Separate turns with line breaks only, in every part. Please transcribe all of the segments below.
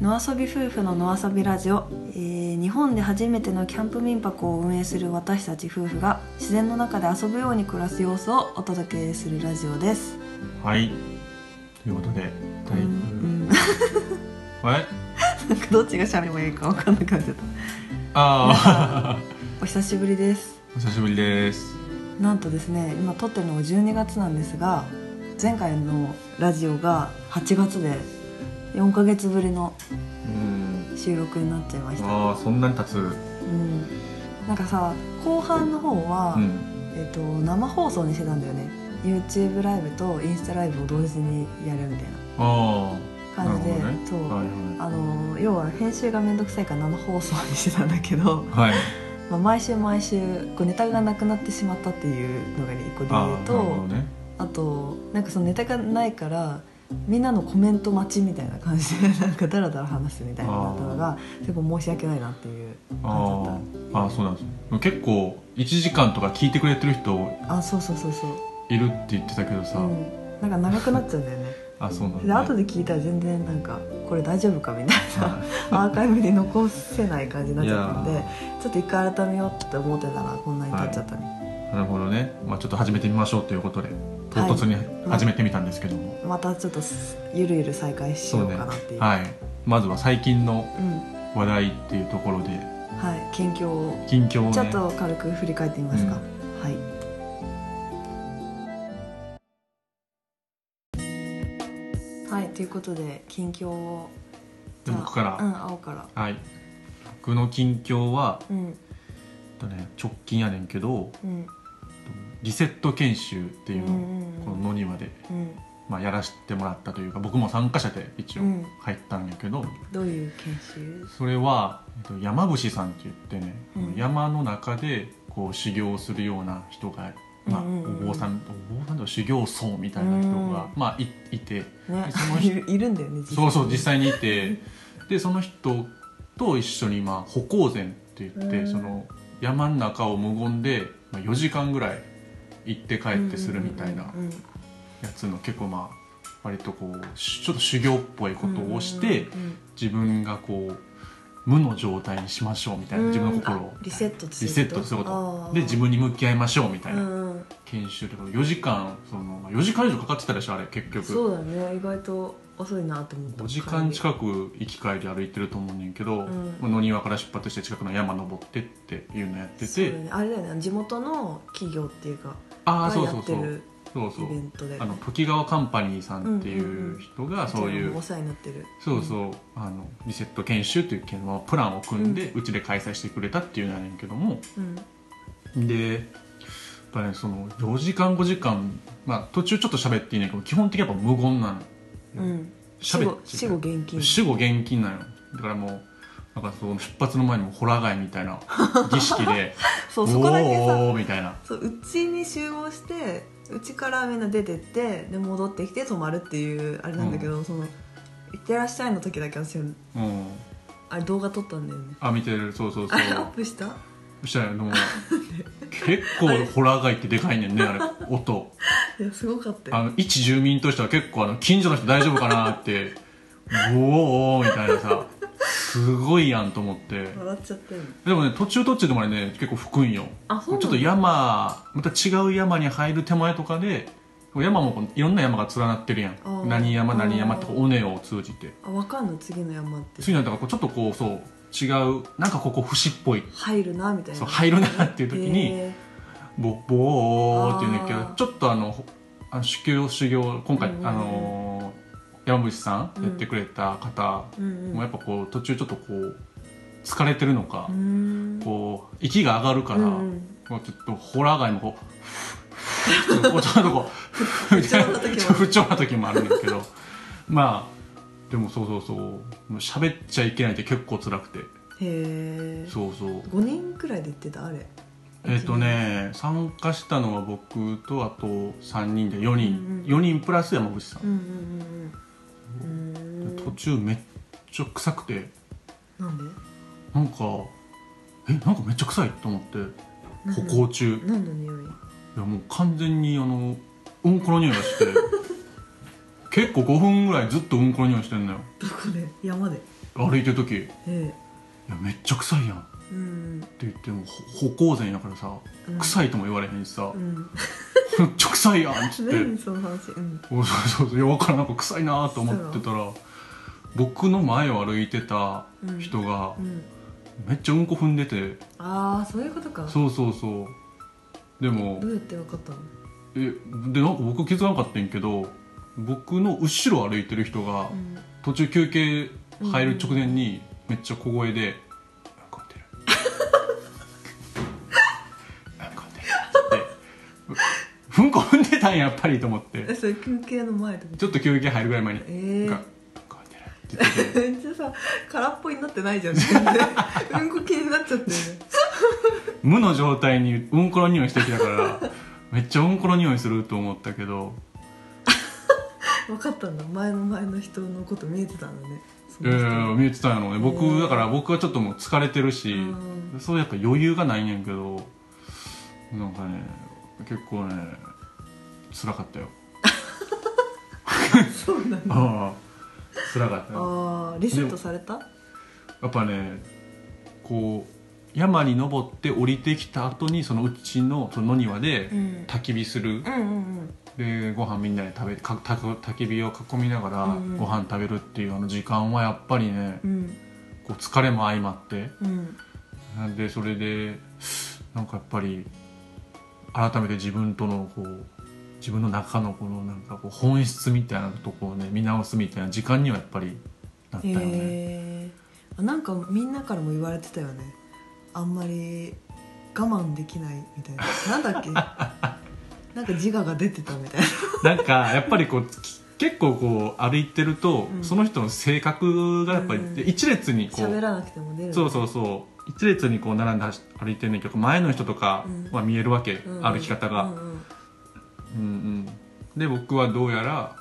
野遊び夫婦の野遊びラジオ、えー日本で初めてのキャンプ民泊を運営する私たち夫婦が自然の中で遊ぶように暮らす様子をお届けするラジオです、
はいということでだい
う
ぶ、
ん、
え
なんかどっちがしゃべればいいか分かんなくなっちゃった
ああ
お久しぶりです
お久しぶりです
なんとですね今撮ってるのが12月なんですが前回のラジオが8月で4ヶ月ぶりの
うん
収録になっちゃいました、
ああそんなに経つう
うん、なんかさ後半の方は、
ん
えっと生放送にしてたんだよね YouTube ライブとインスタライブを同時にやるみたい
ああ
な感じで、
なるほどね
そう、
はい
あの要は編集がめんどくさいから生放送にしてたんだけど、
はい、はい、
まあ、毎週毎週こうネタがなくなってしまったっていうのが一個で言う
ああなるほど
と
ね
あとなんかそのネタがないからみんなのコメント待ちみたいな感じで なんかダラダラ話すみたいになったのが結構申し訳ないなっていう感じだ
あ
っ
あああそうなんですよ結構1時間とか聞いてくれてる人
たあそうそうそうそう
いるって言ってたけどさ、
うん、なんか長くなっちゃうんだよね
あそうなん
で
だ、
後で聞いたら全然なんかこれ大丈夫かみたい な
は
アーカイブに残せない感じになっちゃったん
い
で
や
ちょっと一回改めようって思ってたらこんなに経っちゃったね、
いなるほどね、まあ、ちょっと始めてみましょうということで唐突に始めてみたんですけども、
またちょっとゆるゆる再開しようかなっていう
はい、まずは最近の
うん
話題っていうところで
はい近況を
近況をね
ちょっと軽く振り返ってみますか、はいはいということで近況を
で僕から、
うん青から
はい僕の近況は、
うん
えっとね、直近やねんけど
うん
リセット研修っていうのをこの野庭で、
うんうん
まあ、やらせてもらったというか僕も参加者で一応
うん
入ったんやけど、
どういう研修
それは、えっと、山伏さんって言ってね、
うん
山の中でこう修行するような人が、まあ
うんうんうん
お坊さんお坊さんとか修行僧みたいな人が、
うん
まあ、いいて。
ね
その
いるいるんだよね
そうそう実際にいてでその人と一緒に、まあ、歩行前って言って、
うん
その山の中を無言で、まあ、4時間ぐらい行って帰ってするみたいな
うんうんうん
やつの結構まあ割とこうしちょっと修行っぽいことをして
うんうんうん
自分がこう無の状態にしましょうみたいな自分の心
うん
を
あリセットす
リ
る
セットすることで自
分
分に向き合いましょうみたいな
うんうん
研修とか4時間そのまあ4時間以上かかってたでしょあれ結局
そうだね意外と遅いなと思った
5時間近く行き帰り歩いてると思うねんけど、
ん
まあ野庭から出発して近くの山登ってっていうのやって
そう
て、
だねあれだよね地元の企業っていうか
ああ
が
そう
や
そう
って
そ
る
うそうそ
イベ
う
ントで
あの時川カンパニーさんっていう人がそういう、
お世話になってる
そうそうあのリセット研修というけのプランを組んでうち、で開催してくれたっていうのやねんけども
うん
でやっぱねその4時間5時間、まあ、途中ちょっと喋っていいねんけど基本的にやっぱ無言なの
うん死
喋
後
って
死後現金
死後現金なのだからもうなんかその出発の前にもホラガイみ たいな儀式で「
そうそこだけさ
おーみたいな
そううちに集合してうちからみんな出てってで戻ってきて泊まるっていうあれなんだけど、その「いってらっしゃい」の時だけ私
うん
あれ動画撮ったんだよね
あ見てるそうそうそ
あれアッ
う
プした
そしたらでも結構ホラガイってでかいねんねあれ音
いやすごかったよ
あの一住民としては結構あの近所の人大丈夫かなって「おーおーみたいなさすごいやんと思って
笑っちゃったよね
でもね途中途中でもあれね結構吹くんよ
あ
ち
そうな
ょっ
んだ
と山また違う山に入る手前とかで山もこういろんな山が連なってるや
あー
ん何山何山って
あー
尾根を通じて
あわかんの次の山って
次なんだからこうちょっとこうそう違うなんかここ節っぽい
入るなみたいな
そう入るなっていう時に
へ
「ぼぼー」って言うんだけ
あ
ど
ー
ちょっとあのほあの修行修行今回、
うんうんうん
あのー山口さんやってくれた方
ーうんうん
もやっぱこう途中ちょっとこう疲れてるのか
うー、ん
こう息が上がるから、
うんうん
もうちょっとホラー街もこうこうちょっとこう
調な時も
ちょっと不調な時もあるんだけどまあでもそうそうそうもう喋っちゃいけないって結構辛くて
へえ
そうそう
5人くらいで行ってたあれ
えっ、とね参加したのは僕とあと3人で4
うんうん
人、四4人プラス山口さ、
うんんうんうんうんうーん
途中めっちゃ臭くて
なんで
なんかえなんかめっちゃ臭いと思って歩行中、い
何の匂い
やもう完全にあのうんこの匂いがして 結構5分ぐらいずっとうんこの匂いしてんのよ
どこで山で
歩いてる時「い
え
やめっちゃ臭いやん」って
えうん
言ってもほ歩行前だからさ
うん
臭いとも言われへんしさ
う、ん
めっちゃ臭いやんっつって
何 その話うん
そうそうそういやわからんなんか臭いなと思ってたら僕の前を歩いてた人が
うん
めっちゃうんこ踏んでて
ああそういうことか
そうそうそうでも
どうやって分かったの
えでなんか僕気づかなかったんやけど僕の後ろ歩いてる人が
うん
途中休憩入る直前にめっちゃ小声で「うんこってる」「うんこってる」っつって「うんこ踏んでたんややっぱり」と思って
えそれ休憩の前ってこと
ちょっと休憩入るぐらい前に
え
「うん
ー
こってる」って言ってて
めっちゃさ空っぽになってないじゃん全然うんこ気になっちゃってる
無の状態にうんこの匂いしてきたからめっちゃうんこの匂いすると思ったけど
分かったんだ前の前の人のこと見えてたんだねそ
え
の人
ー、見えてたんやろうね僕、
うん
だから僕はちょっともう疲れてるし、
う
そうやっぱ余裕がないんやけどなんかね結構ね辛かったよ
そうなんだ
ああ辛かったよ
あーリセットされた
やっぱねこう山に登って降りてきた後にそのうちのその野庭で
うん
焚き火する、
うんうん
でご飯みんなで食べかた焚き火を囲みながら
うん
ご飯食べるっていうあの時間はやっぱりね
うんうん
こう疲れも相まって
うん
なんでそれでなんかやっぱり改めて自分とのこう自分の中のこのなんかこう本質みたいなとこをね見直すみたいな時間にはやっぱりなったよね、
へえなんかみんなからも言われてたよねあんまり我慢できないみたいななん だっけなんか自我が出てたみたいな
なんかやっぱりこうき結構こう歩いてると、
うん
その人の性格がやっぱり、
うん
で一列にこう
喋らなくても出る
そうそうそう一列にこう並んで走歩いてんねんけど前の人とか
うん
は見えるわけ、
うん
歩き方が、
うんうん
うんうんで僕はどうやら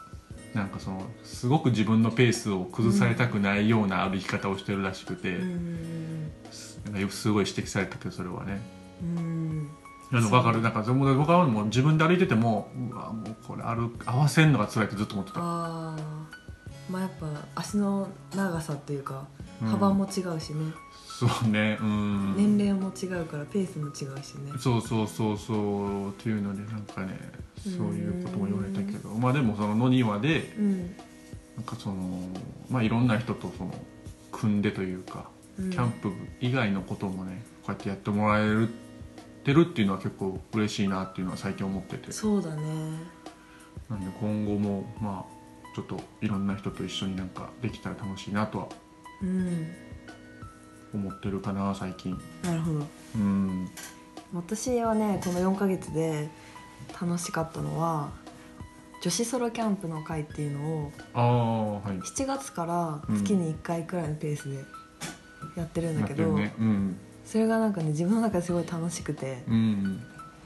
なんかそのすごく自分のペースを崩されたくないような歩き方をしてるらしくて、
うんうん
すなんかすごい指摘されたけどそれはね
うん
あの
そう
分かるなんかその僕はもう自分で歩いててもうわもうこれ歩合わせんのが辛いってずっと思ってた、
あーまあやっぱ足の長さっていうか
うん
幅も違うしね、
そうねうん
年齢も違うからペースも違うしね
そうそうそうそうっていうのでなんかねそういうことも言われたけどまあでもその野庭で
うん、
なんかそのまあいろんな人とその組んでというか
うん、
キャンプ以外のこともねこうやってやってもらえるてるっていうのは結構嬉しいなっていうのは最近思ってて
そうだね
なんで今後もまあちょっといろんな人と一緒になんかできたら楽しいなとは
うん
思ってるかな最近
なるほど
うん
私はねこの4ヶ月で楽しかったのは女子ソロキャンプの会っていうのを
ああはい
7月から月に1回くらいのペースでやってるんだけど、
なってるねうん
それがなんかね自分の中ですごい楽しくて、
うん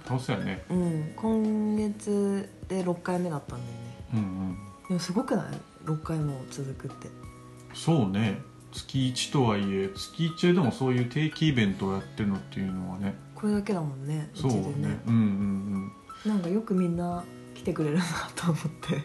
楽しそうやね
うん、今月で6回目だったんだよね
うんうん
でもすごくない6回も続くって
そうね月1とはいえ月1でもそういう定期イベントをやってるのっていうのはね
これだけだもんね
そう
ち
ね
で
うんうん
なんかよくみんな来てくれるなと思って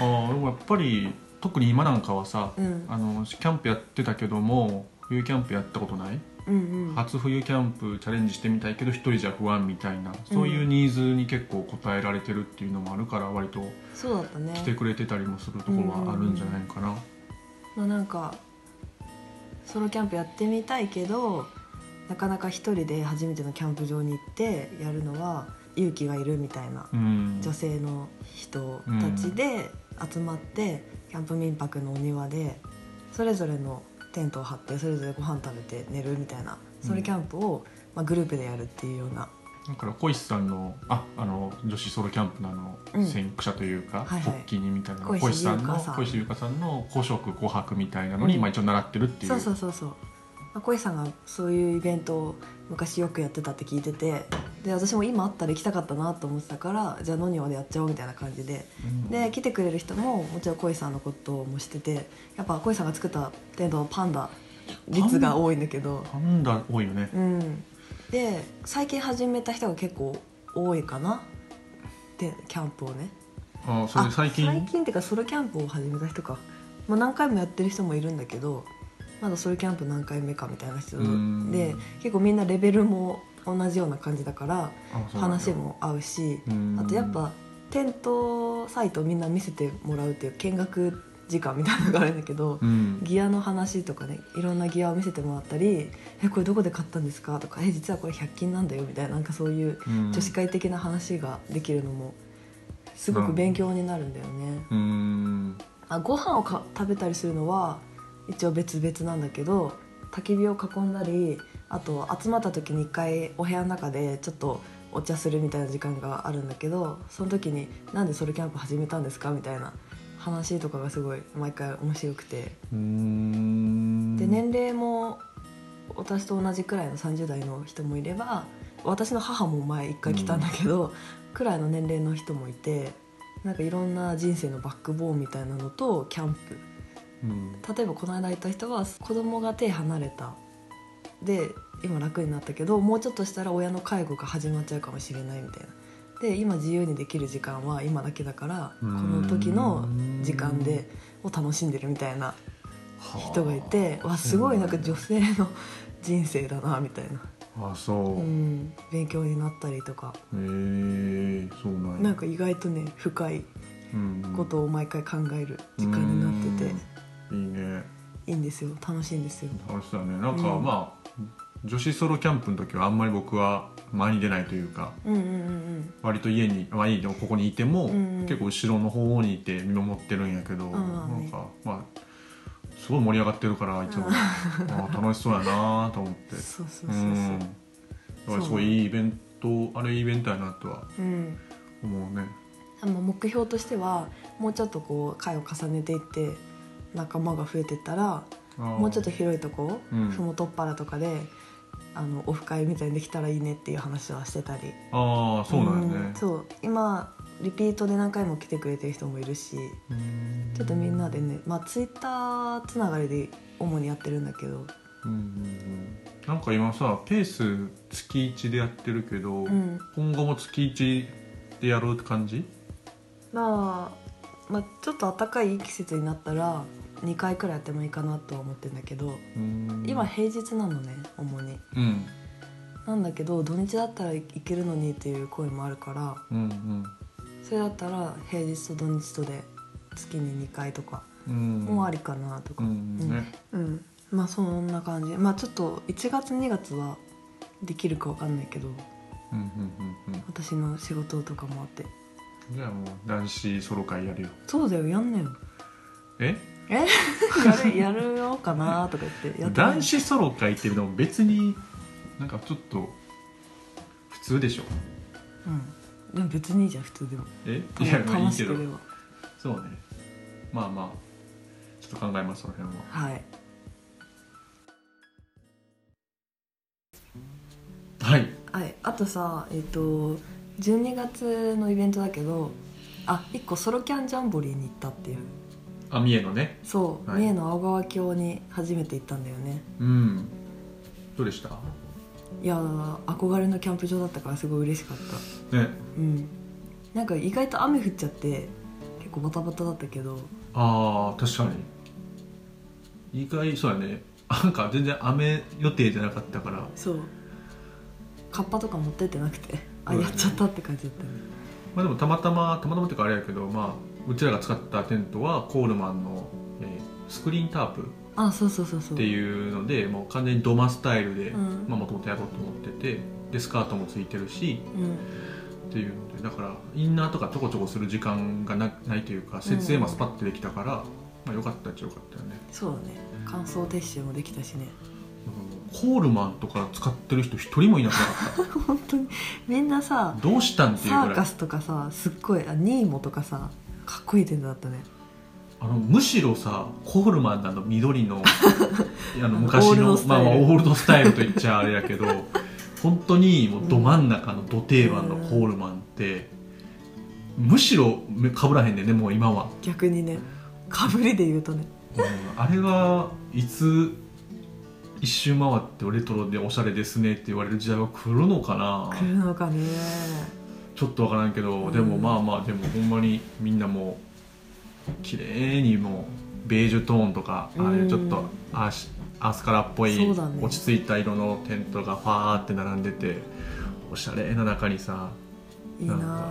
うんああでもやっぱり特に今なんかはさ、
うん
あのキャンプやってたけども冬キャンプやったことない、
うんうん
初冬キャンプチャレンジしてみたいけど一人じゃ不安みたいなそういうニーズに結構応えられてるっていうのもあるから割と
そうだったね
来てくれてたりもするところはあるんじゃないかな、
まあなんかソロキャンプやってみたいけどなかなか一人で初めてのキャンプ場に行ってやるのは勇気がいるみたいな
うん
女性の人たちで集まってキャンプ民泊のお庭でそれぞれのテントを張ってそれぞれご飯食べて寝るみたいなそれキャンプをまあグループでやるっていうような
だから小石さんのああの女子ソロキャンプのあの
うん
先駆者という
は
か、
いはい
発起人みたいなの
小石
小石さん
優
の
香さん
小石優香さんの古色琥珀みたいなのに、
うん
今一応習ってるっていう
そうそうそうそうまあ小石さんがそういうイベントを昔よくやってたって聞いててで私も今あったら行きたかったなと思ってたからじゃあ野庭でやっちゃおうみたいな感じで
うん
で来てくれる人ももちろん小石さんのことも知っててやっぱ小石さんが作ったテントのパンダ率が多いんだけど
パンダ多いよね
うんで最近始めた人が結構多いかなでキャンプをね
あそれ
あ
最近
最近っていうかソロキャンプを始めた人か、まあ、何回もやってる人もいるんだけどまだソロキャンプ何回目かみたいな人
うん
で結構みんなレベルも同じような感じだから
あそうなんだ
話も合うし
うん
あとやっぱテントサイトをみんな見せてもらうっていう見学時間みたいなのがあるんだけど
うん
ギアの話とかねいろんなギアを見せてもらったり「えこれどこで買ったんですか?」とか「え実はこれ100均なんだよ」みたいななんかそういう
うん
女子会的な話ができるのもすごく勉強になるんだよね。
うん
あご飯をか食べたりするのは一応別々なんだけど焚き火を囲んだりあと集まった時に一回お部屋の中でちょっとお茶するみたいな時間があるんだけどその時に「なんでソロキャンプ始めたんですか?」みたいな話とかがすごい毎回面白くて
うん
で年齢も私と同じくらいの30代の人もいれば私の母も前一回来たんだけど、くらいの年齢の人もいてなんかいろんな人生のバックボーンみたいなのとキャンプ
うん
例えばこの間行った人は子供が手離れたで今楽になったけどもうちょっとしたら親の介護が始まっちゃうかもしれないみたいな。で今自由にできる時間は今だけだからこの時の時間でを楽しんでるみたいな人がいて
はあ
わすごいなんか女性の人生だなみたいな、
あそう
う、ん、勉強になったりとか
へえそうなんや
なんか意外とね深いことを毎回考える時間になってて
ていいね
いいんですよ楽しいんですよ。
楽しそうだねなんか、
うん
まあ女子ソロキャンプの時はあんまり僕は前に出ないというか
うんうんうん
割と家に、まあ、いいでもここにいても、
うん
結構後ろの方にいて見守ってるんやけど、
ん
なんかまあすごい盛り上がってるからいつも、あー楽しそうやなと思って
うんそうそうそう
う
そ
んだ
う
からすごいいいイベントあれいいイベントやなとは
うん
思うね
でも目標としてはもうちょっとこう回を重ねていって仲間が増えてったらも
も
うちょっと広いとこ
うん
ふもとっぱらとかであのオフ会みたいにできたらいいねっていう話はしてたり
ああそうなんや
う
ね
んそう今リピートで何回も来てくれてる人もいるしちょっとみんなでね、まあ、ツイッターつながりで主にやってるんだけど、
うんうんうんなんか今さペース月1でやってるけど、
うん
今後も月1でやろうって感じ
まあ、まあちょっと暖かい季節になったら2回くらいやってもいいかなとは思ってるんだけど今平日なのね主に
うん
なんだけど土日だったらいけるのにっていう声もあるから
うん
それだったら平日と土日とで月に2回とか
うんうん
もありかなと
う
か、
んね
うん、まあそんな感じまあちょっと1月2月はできるかわかんないけど
うんうんうんう
私の仕事とかもあって
んじゃあもう男子ソロ会やるよ
そうだよやんねよ
え
え やるやるようかなとか言ってやってない
男子ソロ会ってでも別になんかちょっと普通でしょ
うんでも別にいいじゃん普通でも
え
た
いやまあいい
楽し
け
け
ど
れば
そうねまあまあちょっと考えますその辺は
はい
はい
はい、あとさえっ、と12月のイベントだけどあ一1個ソロキャンジャンボリーに行ったっていう
あ三重のね
そう、
はい
三重の青川峡に初めて行ったんだよね
うんどうでした
いやー憧れのキャンプ場だったからすごい嬉しかった
ね
うんなんか意外と雨降っちゃって結構バタバタだったけど
ああ確かに意外そうやね なんか全然雨予定じゃなかったから
そうカッパとか持ってってなくてあ
そうだ
や
ね
っちゃったって感じだったね
まあでもたまたまたまたまっていうかあれやけどまあうちらが使ったテントはコールマンの、えースクリーンタープっ
あそうそうそうそう
ていうのでもう完全にドマスタイルで
うん
まあもともとやろうと思っててでスカートもついてるし
うん
っていうのでだからインナーとかちょこちょこする時間がなないというか設営もスパッてできたから、まあ良かったっちゃ良かったよね
そうだね乾燥撤収もできたしね
コールマンとか使ってる人一人もいなくなかっ
本当にみんなさ
たどうしたんっていう
サ
ぐ
ー
ら
カ
い
スとかさすっごいあニーモとかさかっこいい点だったね
あのむしろさコールマンなの 緑のあの
の
昔の
オールドス
ま
タ
あ、
イル
まあオールドスタイルと言っちゃあれやけど 本当にもうど真ん中のど定番のコールマンって、むしろかぶらへんねんねもう今は、
逆にねかぶりで言うとね
うんあれはいつ一周回ってレトロでおしゃれですねって言われる時代は来るのかな
来るのかね
ちょっとわからんけど、
うん
でもまあまあでもほんまにみんなもう綺麗にもうベージュトーンとかああいうちょっとアーシアスカラっぽい
そうだね
落ち着いた色のテントがファーって並んでておしゃれな中にさ
いい
なん
な
か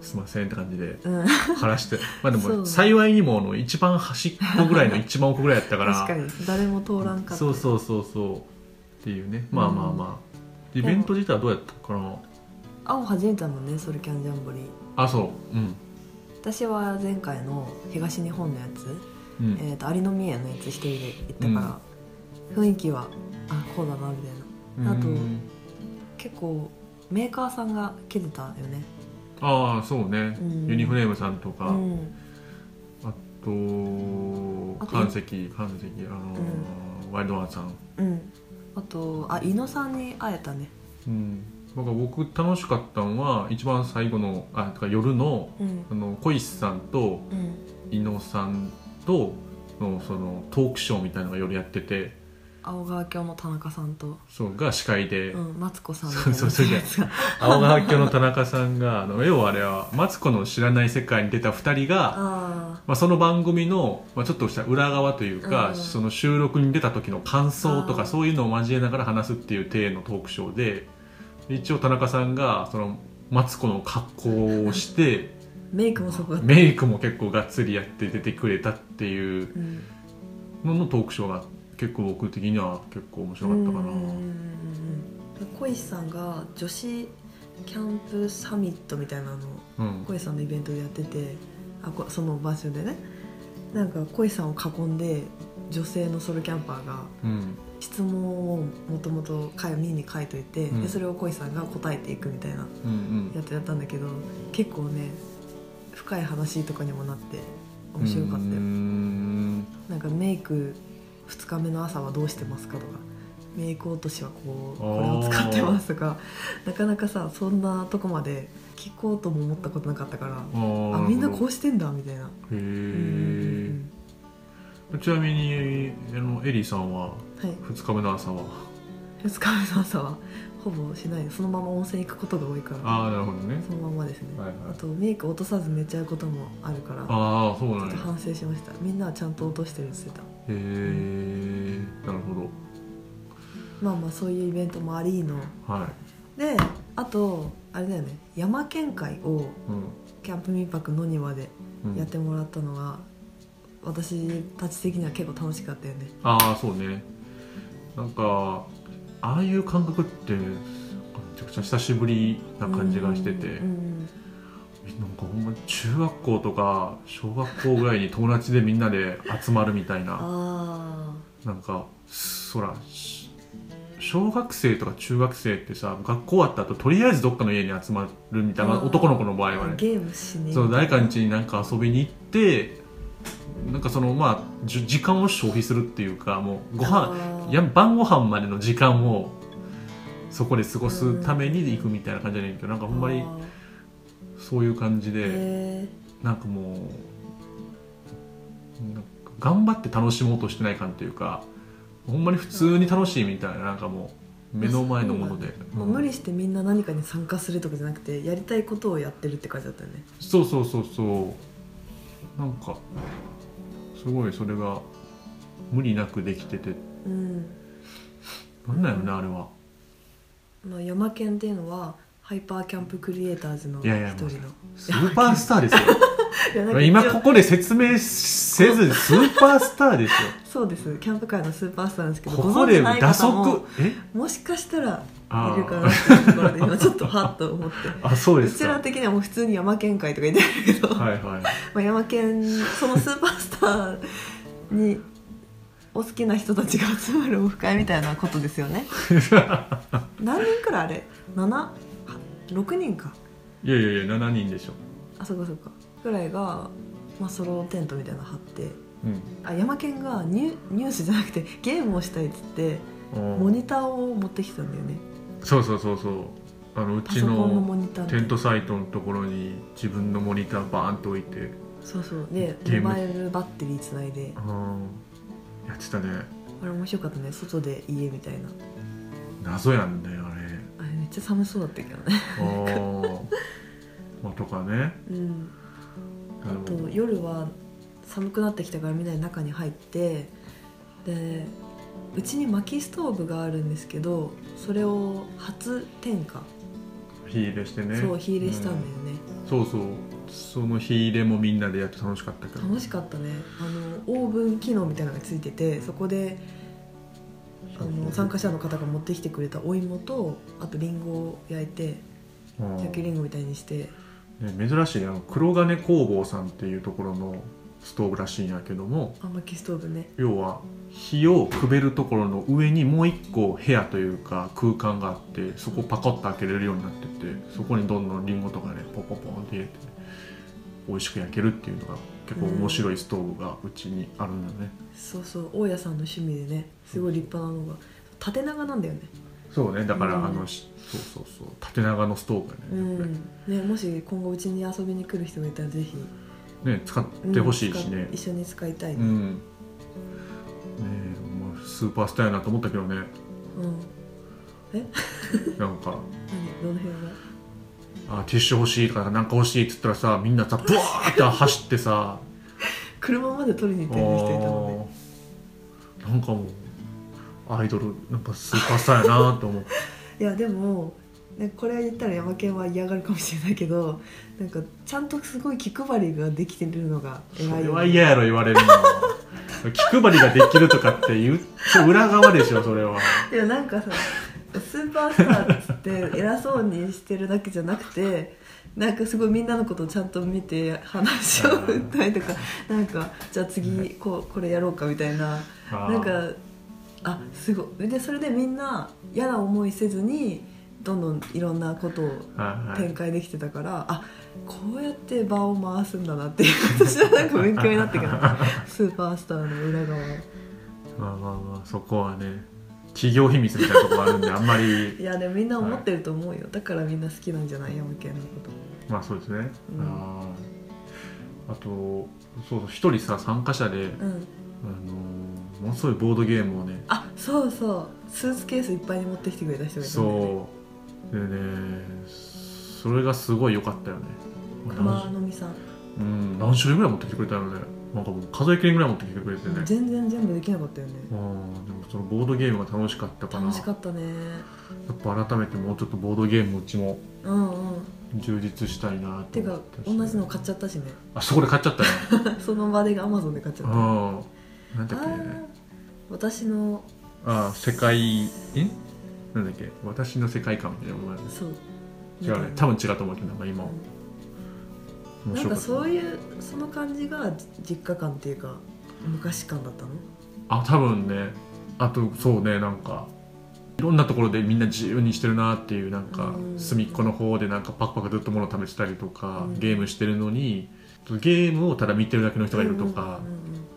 すいませんって感じで
うん
枯らしてまあで
そう
も幸いにもあの一番端っこぐらいの一番奥ぐらいやったから
確かに誰も通らんかった
そうそうそうそうっていうねまあまあまあ、
ん
イベント自体はどうやったかな
青初めてだもんねソルキャンジャンボリー
あそううん
私は前回の東日本のやつ、
うん、
えー、と有野宮のやつ一人で行ったから、雰囲気はあこうだなみたいなあと
うん
結構メーカーさんが来てたよね
ああそうね、
うん
ユニフレームさんとか、
うん
あと
あと
関石関石あのーワイルドワンさん、
うんあとあ伊野さんに会えたね
うん、なんか僕楽しかったのは一番最後のあとか夜の
うん
あの小石さんと
うん
伊野さんとのそのトークショーみたいなのが夜やってて
青川郷の田中さんと、
そうが司会で、
うん、マツコさんみたいな
そうそうそう
やつが
青川京の田中さんがあの要はあれはマツコの知らない世界に出た2人が
あ
まあ、その番組の、まあ、ちょっとした裏側というか、
うん
その収録に出た時の感想と
あー
かそういうのを交えながら話すっていう体のトークショーで一応田中さんがそのマツコの格好をして
ーメイクもすごかった、
メイクも結構がっつりやって出てくれたっていう
うん、
ののトークショーが結構僕的には結構面白かったかな
うんうんうんうん小石さんが女子キャンプサミットみたいなのを
うん
小石さんのイベントでやっててあこその場所でねなんか小石さんを囲んで女性のソロキャンパーが
うん
質問をもともと紙に書いといて、
うん
でそれを小石さんが答えていくみたいな
うんうん
やつやったんだけど結構ね深い話とかにもなって面白かったよ
うーん
なんかメイク2日目の朝はどうしてますかとかメイク落としはこう
あー
これを使ってますとかなかなかさそんなとこまで聞こうとも思ったことなかったから
あー
あみんなこ
る
うしてんだみたいな
ほどへ
う
え
ん
ちなみにあのエリーさんは
はい
2日目の朝は
2日目の朝はほぼしないそのまま温泉行くことが多いから
ああなるほどね
そのままですね、
はいはい
あとメイク落とさず寝ちゃうこともあるからち
ああそうな
ょっ
んや
と
へ
反省しましたみんなはちゃんと落としてるって言ってた
えなるほど
まあまあそういうイベントもありの
はい、
であとあれだよね山県会を
う
キャンプ民泊の庭で
んうん、
やってもらったのが、私たち的には結構楽しかったよね
ああそうねなんかああいう感覚ってめちゃくちゃ久しぶりな感じがしてて、
うん
なんかほんま中学校とか小学校ぐらいに友達でみんなで集まるみた いな
あ
なんかそらし小学生とか中学生ってさ学校終わった後とりあえずどっかの家に集まるみたい
う
な
ん
男の子の場合は
あ
ね
ゲームしね
そう誰かん家になんか遊びに行ってなんかそのまあじゅ時間を消費するっていうかもうご飯
あー
や晩ご飯までの時間をそこで過ごすために行くみたいな感じじゃないけどなんかほんまに
あー
そういう感じで
へ
なんかもうなんか頑張って楽しもうとしてない感というかほんまに普通に楽しいみたいななんかもう目の前のもので
ーもう無理してみんな何かに参加するとかじゃなくてやりたいことをやってるって感じだったよね
そうそうそうそうなんかすごいそれが無理なくできてて
うん
なんなんやろねあれは
まあ、山県っていうのはハイパーキャンプクリエイターズの一
い
人
や
の
いやスーパースターです よ
いやなんか一応
今ここで説明せずスーパースターですよ
そうですキャンプ界のスーパースターなんですけど
こ
ご
こ
存知
で
ない
打
方も
足え
もしかしたら
あ
いるかな
ー
っていうところで今ちょっとハッと思って
あそう
う
です
ち
から
的にはもう普通に山県会とか言ってるけど、
はいはい
まあ、山県そのスーパースターにお好きな人たちが集まるオフ会みたいなことですよ ね何人くらいあれ76人か
いやいやいや7人でしょ
あそこそこくらいが、まあ、ソロテントみたいなの張って
うん
あ山県がニュニュースじゃなくてゲームをしたいっつってモニターを持ってきたんだよね
そうそうそうそうあのう
パ
ち
ソコンの
の
モニターみた
テ
い
ン
な
トサイトのところに自分のモニターバーンと置いて
そうそうで
ゲーム
モバイルバッテリーつないで
うんやってたね
あれ面白かったね外で家みたいな
謎やんだよあれ
あれめっちゃ寒そうだったけどね
あーまあとかね
うん
あの
と夜は寒くなってきたからみんなで中に入ってでうちに薪ストーブがあるんですけどそれを初点火、
火入れしてね
そう火入れしたんだよね、
うんそうそうその火入れもみんなでやって楽しかったけど
楽しかったねあのオーブン機能みたいなのがついててそこであの参加者の方が持ってきてくれたお芋とあとリンゴを焼いて
うん
焼きりんごみたいにして
ね珍しいあの黒金工房さんっていうところのストーブらしいんやけども
あ薪ストーブね
要は火をくべるところの上にもう一個部屋というか空間があってそこパコッと開けれるようになっててそこにどんどんリンゴとかねポンポンポンって入れて、美味しく焼けるっていうのが結構面白いストーブがうちにあるんだよね、
そうそう大家さんの趣味でねすごい立派なのが縦長なんだよね
そうねだから、
うん
あのしそうそうそう縦長のストーブ
う
やね,やっぱり、
んねもし今後うちに遊びに来る人がいたらぜひ
ね使ってほしいしね、
うん一緒に使いたい、う
うんんねえもうスーパースターやなと思ったけどねなんか
何どの辺が
あティッシュ欲しいとかなんか欲しいっつったらさみんなさブワーって走ってさ
車まで取りに行ってる人いたの
あーなんかもうアイドルなんかスーパースターやなと思って
でいやでも、ね、これ言ったらヤマケンは嫌がるかもしれないけどなんかちゃんとすごい気配りができてるのが
そ
偉い
れ
よ
は
ね
嫌やろ言われるの 気配りができるとかって言って裏側でしょそれは。
いやなんかさスーパースターっつって偉そうにしてるだけじゃなくてなんかすごいみんなのことをちゃんと見て話を振ったりとかなんかじゃあ次こうこれやろうかみたいな
あー
なんかあすごいでそれでみんな嫌な思いせずにどんどんいろんなことを
はいはい
展開できてたから、あこうやって場を回すんだなっていう私はなんか勉強になって からスーパースターの裏側
まあまあまあそこはね企業秘密みたいなところあるんであんまり
いやでもみんな思ってると思うよ、だからみんな好きなんじゃない山県のこと
まあそうですね、
うん
あーあとそうそう一人さ参加者で、
うん
あのーものすごいボードゲームをね
あそうそうスーツケースいっぱいに持ってきてくれた人がいたんだよね
そうでねそれがすごい良かったよね
熊野美さん、
うん、何種類ぐらい持ってきてくれたのねなんかもう数えきれんぐらい持ってきてくれてね、うん、で
全然全部できなかったよね
もそのボードゲームが楽しかったから
楽しかったね
やっぱ改めてもうちょっとボードゲームうちも
うんうん
充実したいなと
て
思
か
ったし
同じの買っちゃったしね
あそこで買っちゃったよ
その場でアマゾンで買っちゃったあ
うん。なんだっけ
ー私の
ああ、世界、えなんだっけ私の世界観みたいなもの
そう
違うね。多分違うと思うけど、なんか今、
うん
面
なんか
白かった。
そういうその感じが実家感っていうか昔感だったの
あ、多分ね。あと、そうね、なんか、いろんなところでみんな自由にしてるなっていう、なんか
う、ん
隅っこの方でなんかパクパクずっと物を試したりとか、
うん
ゲームしてるのに、ゲームをただ見てるだけの人がいるとか
うん、うんうんうん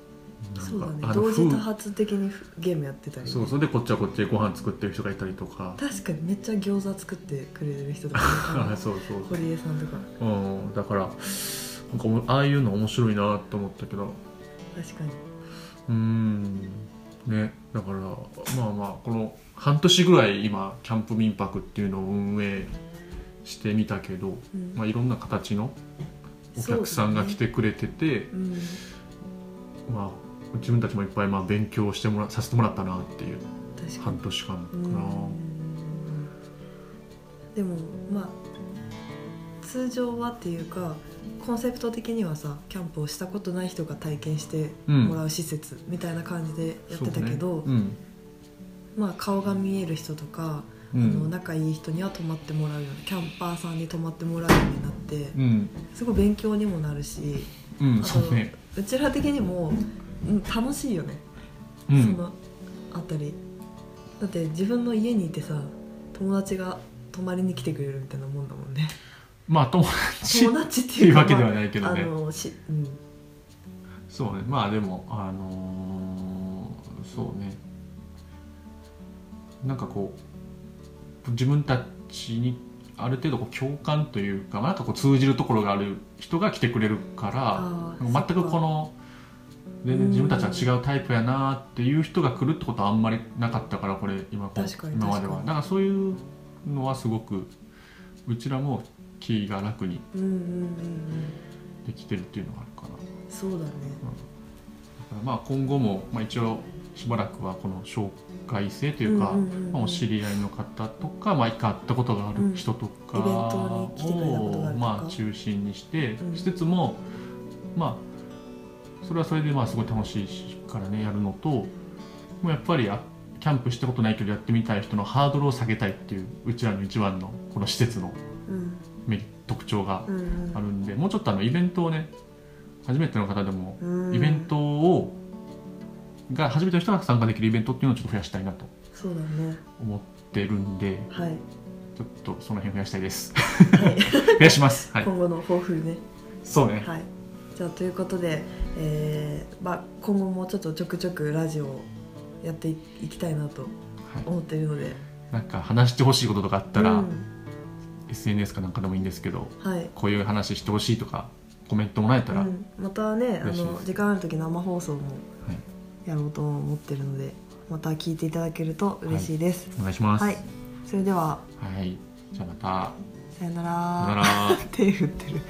そう
な
だ
ん
ね
か、あの、
同
夫
時多
婦
発的にゲームやってたりね
そう、それでこっちはこっちでご飯作ってる人がいたりとか、
確かにめっちゃ餃子作ってくれる人とか
あ そうそうそう。
堀江さんとか
うん、だからなんかもああいうの面白いなと思ったけど
確かに
うんねだからまあまあこの半年ぐらい今キャンプ民泊っていうのを運営してみたけど、
うん
まあ、いろんな形のお客さんが来てくれてて、
うん
まあ自分たちもいっぱいまあ勉強してもらさせてもらったなっていう
確か
半
に
年間か
う
な、
んでもまあ通常はっていうかコンセプト的にはさキャンプをしたことない人が体験して
うん
もらう施設みたいな感じでやってたけど、
そうね
まあ、顔が見える人とか、
うんう
あの
ん
仲いい人には泊まってもらうようなキャンパーさんに泊まってもらうようになって
うん
すごい勉強にもなるし
うん
あ
そ
と
うね、
うちら的にも、うん、楽しいよね、
う
そ
ん、
のあたりだって自分の家にいてさ友達が泊まりに来てくれるみたいなもんだもんね
まあ友達
友達っていうか
っていうわけではないけどね
まああのしうん
そうねまあでもあのーそうねなんかこう自分たちにある程度こう共感というか、まあ、なんかこう通じるところがある人が来てくれるか
あ
らなんか全くこの全然自分たちは違うタイプやなっていう人が来るってことはあんまりなかったからこれ今こう
確かに
今まで
確
は
か
だ
に
からそういうのはすごくうちらも気が楽に
うんうんうんうん
できてるっていうのがあるかな。
そうだね
だからまあ今後も、まあ、一応しばらくはこの紹介制というか、
うんうんうんうん
まあお知り合いの方とか、まあ、一回会ったことがある人と
う
か
んイベントに来てくれたことがある
を
とか
まあ中心にして
うん
しつつも、まあそれはそれでまあすごい楽しいからねやるのともうやっぱりあキャンプしたことないけどやってみたい人のハードルを下げたいっていううちらの一番のこの施設の
うん
メリ特徴が
うんうん
あるんで、もうちょっとあのイベントをね初めての方でも
うん
イベントをが初めての人が参加できるイベントっていうのをちょっと増やしたいなと
そうだね
思ってるんで
はい、
ちょっとその辺増やしたいです
は、
増やしますはいい
今後の抱負ね
そうね
はいじゃあということで、えーまあ、今後もちょっとちょくちょくラジオをやっていいきたいなと
はい
思っているので
なんか話してほしいこととかあったら、
うん、
SNS かなんかでもいいんですけど
はい
こういう話してほしいとかコメントもらえたら、
うん、またねあ
嬉しいで
の
す
時間ある時生放送も
はい
やろうと思ってるのでまた聞いていただけると嬉しいです
お願いします
はい、それでは
はいじゃあまた
さよな
さよな
ら
ら
手振ってる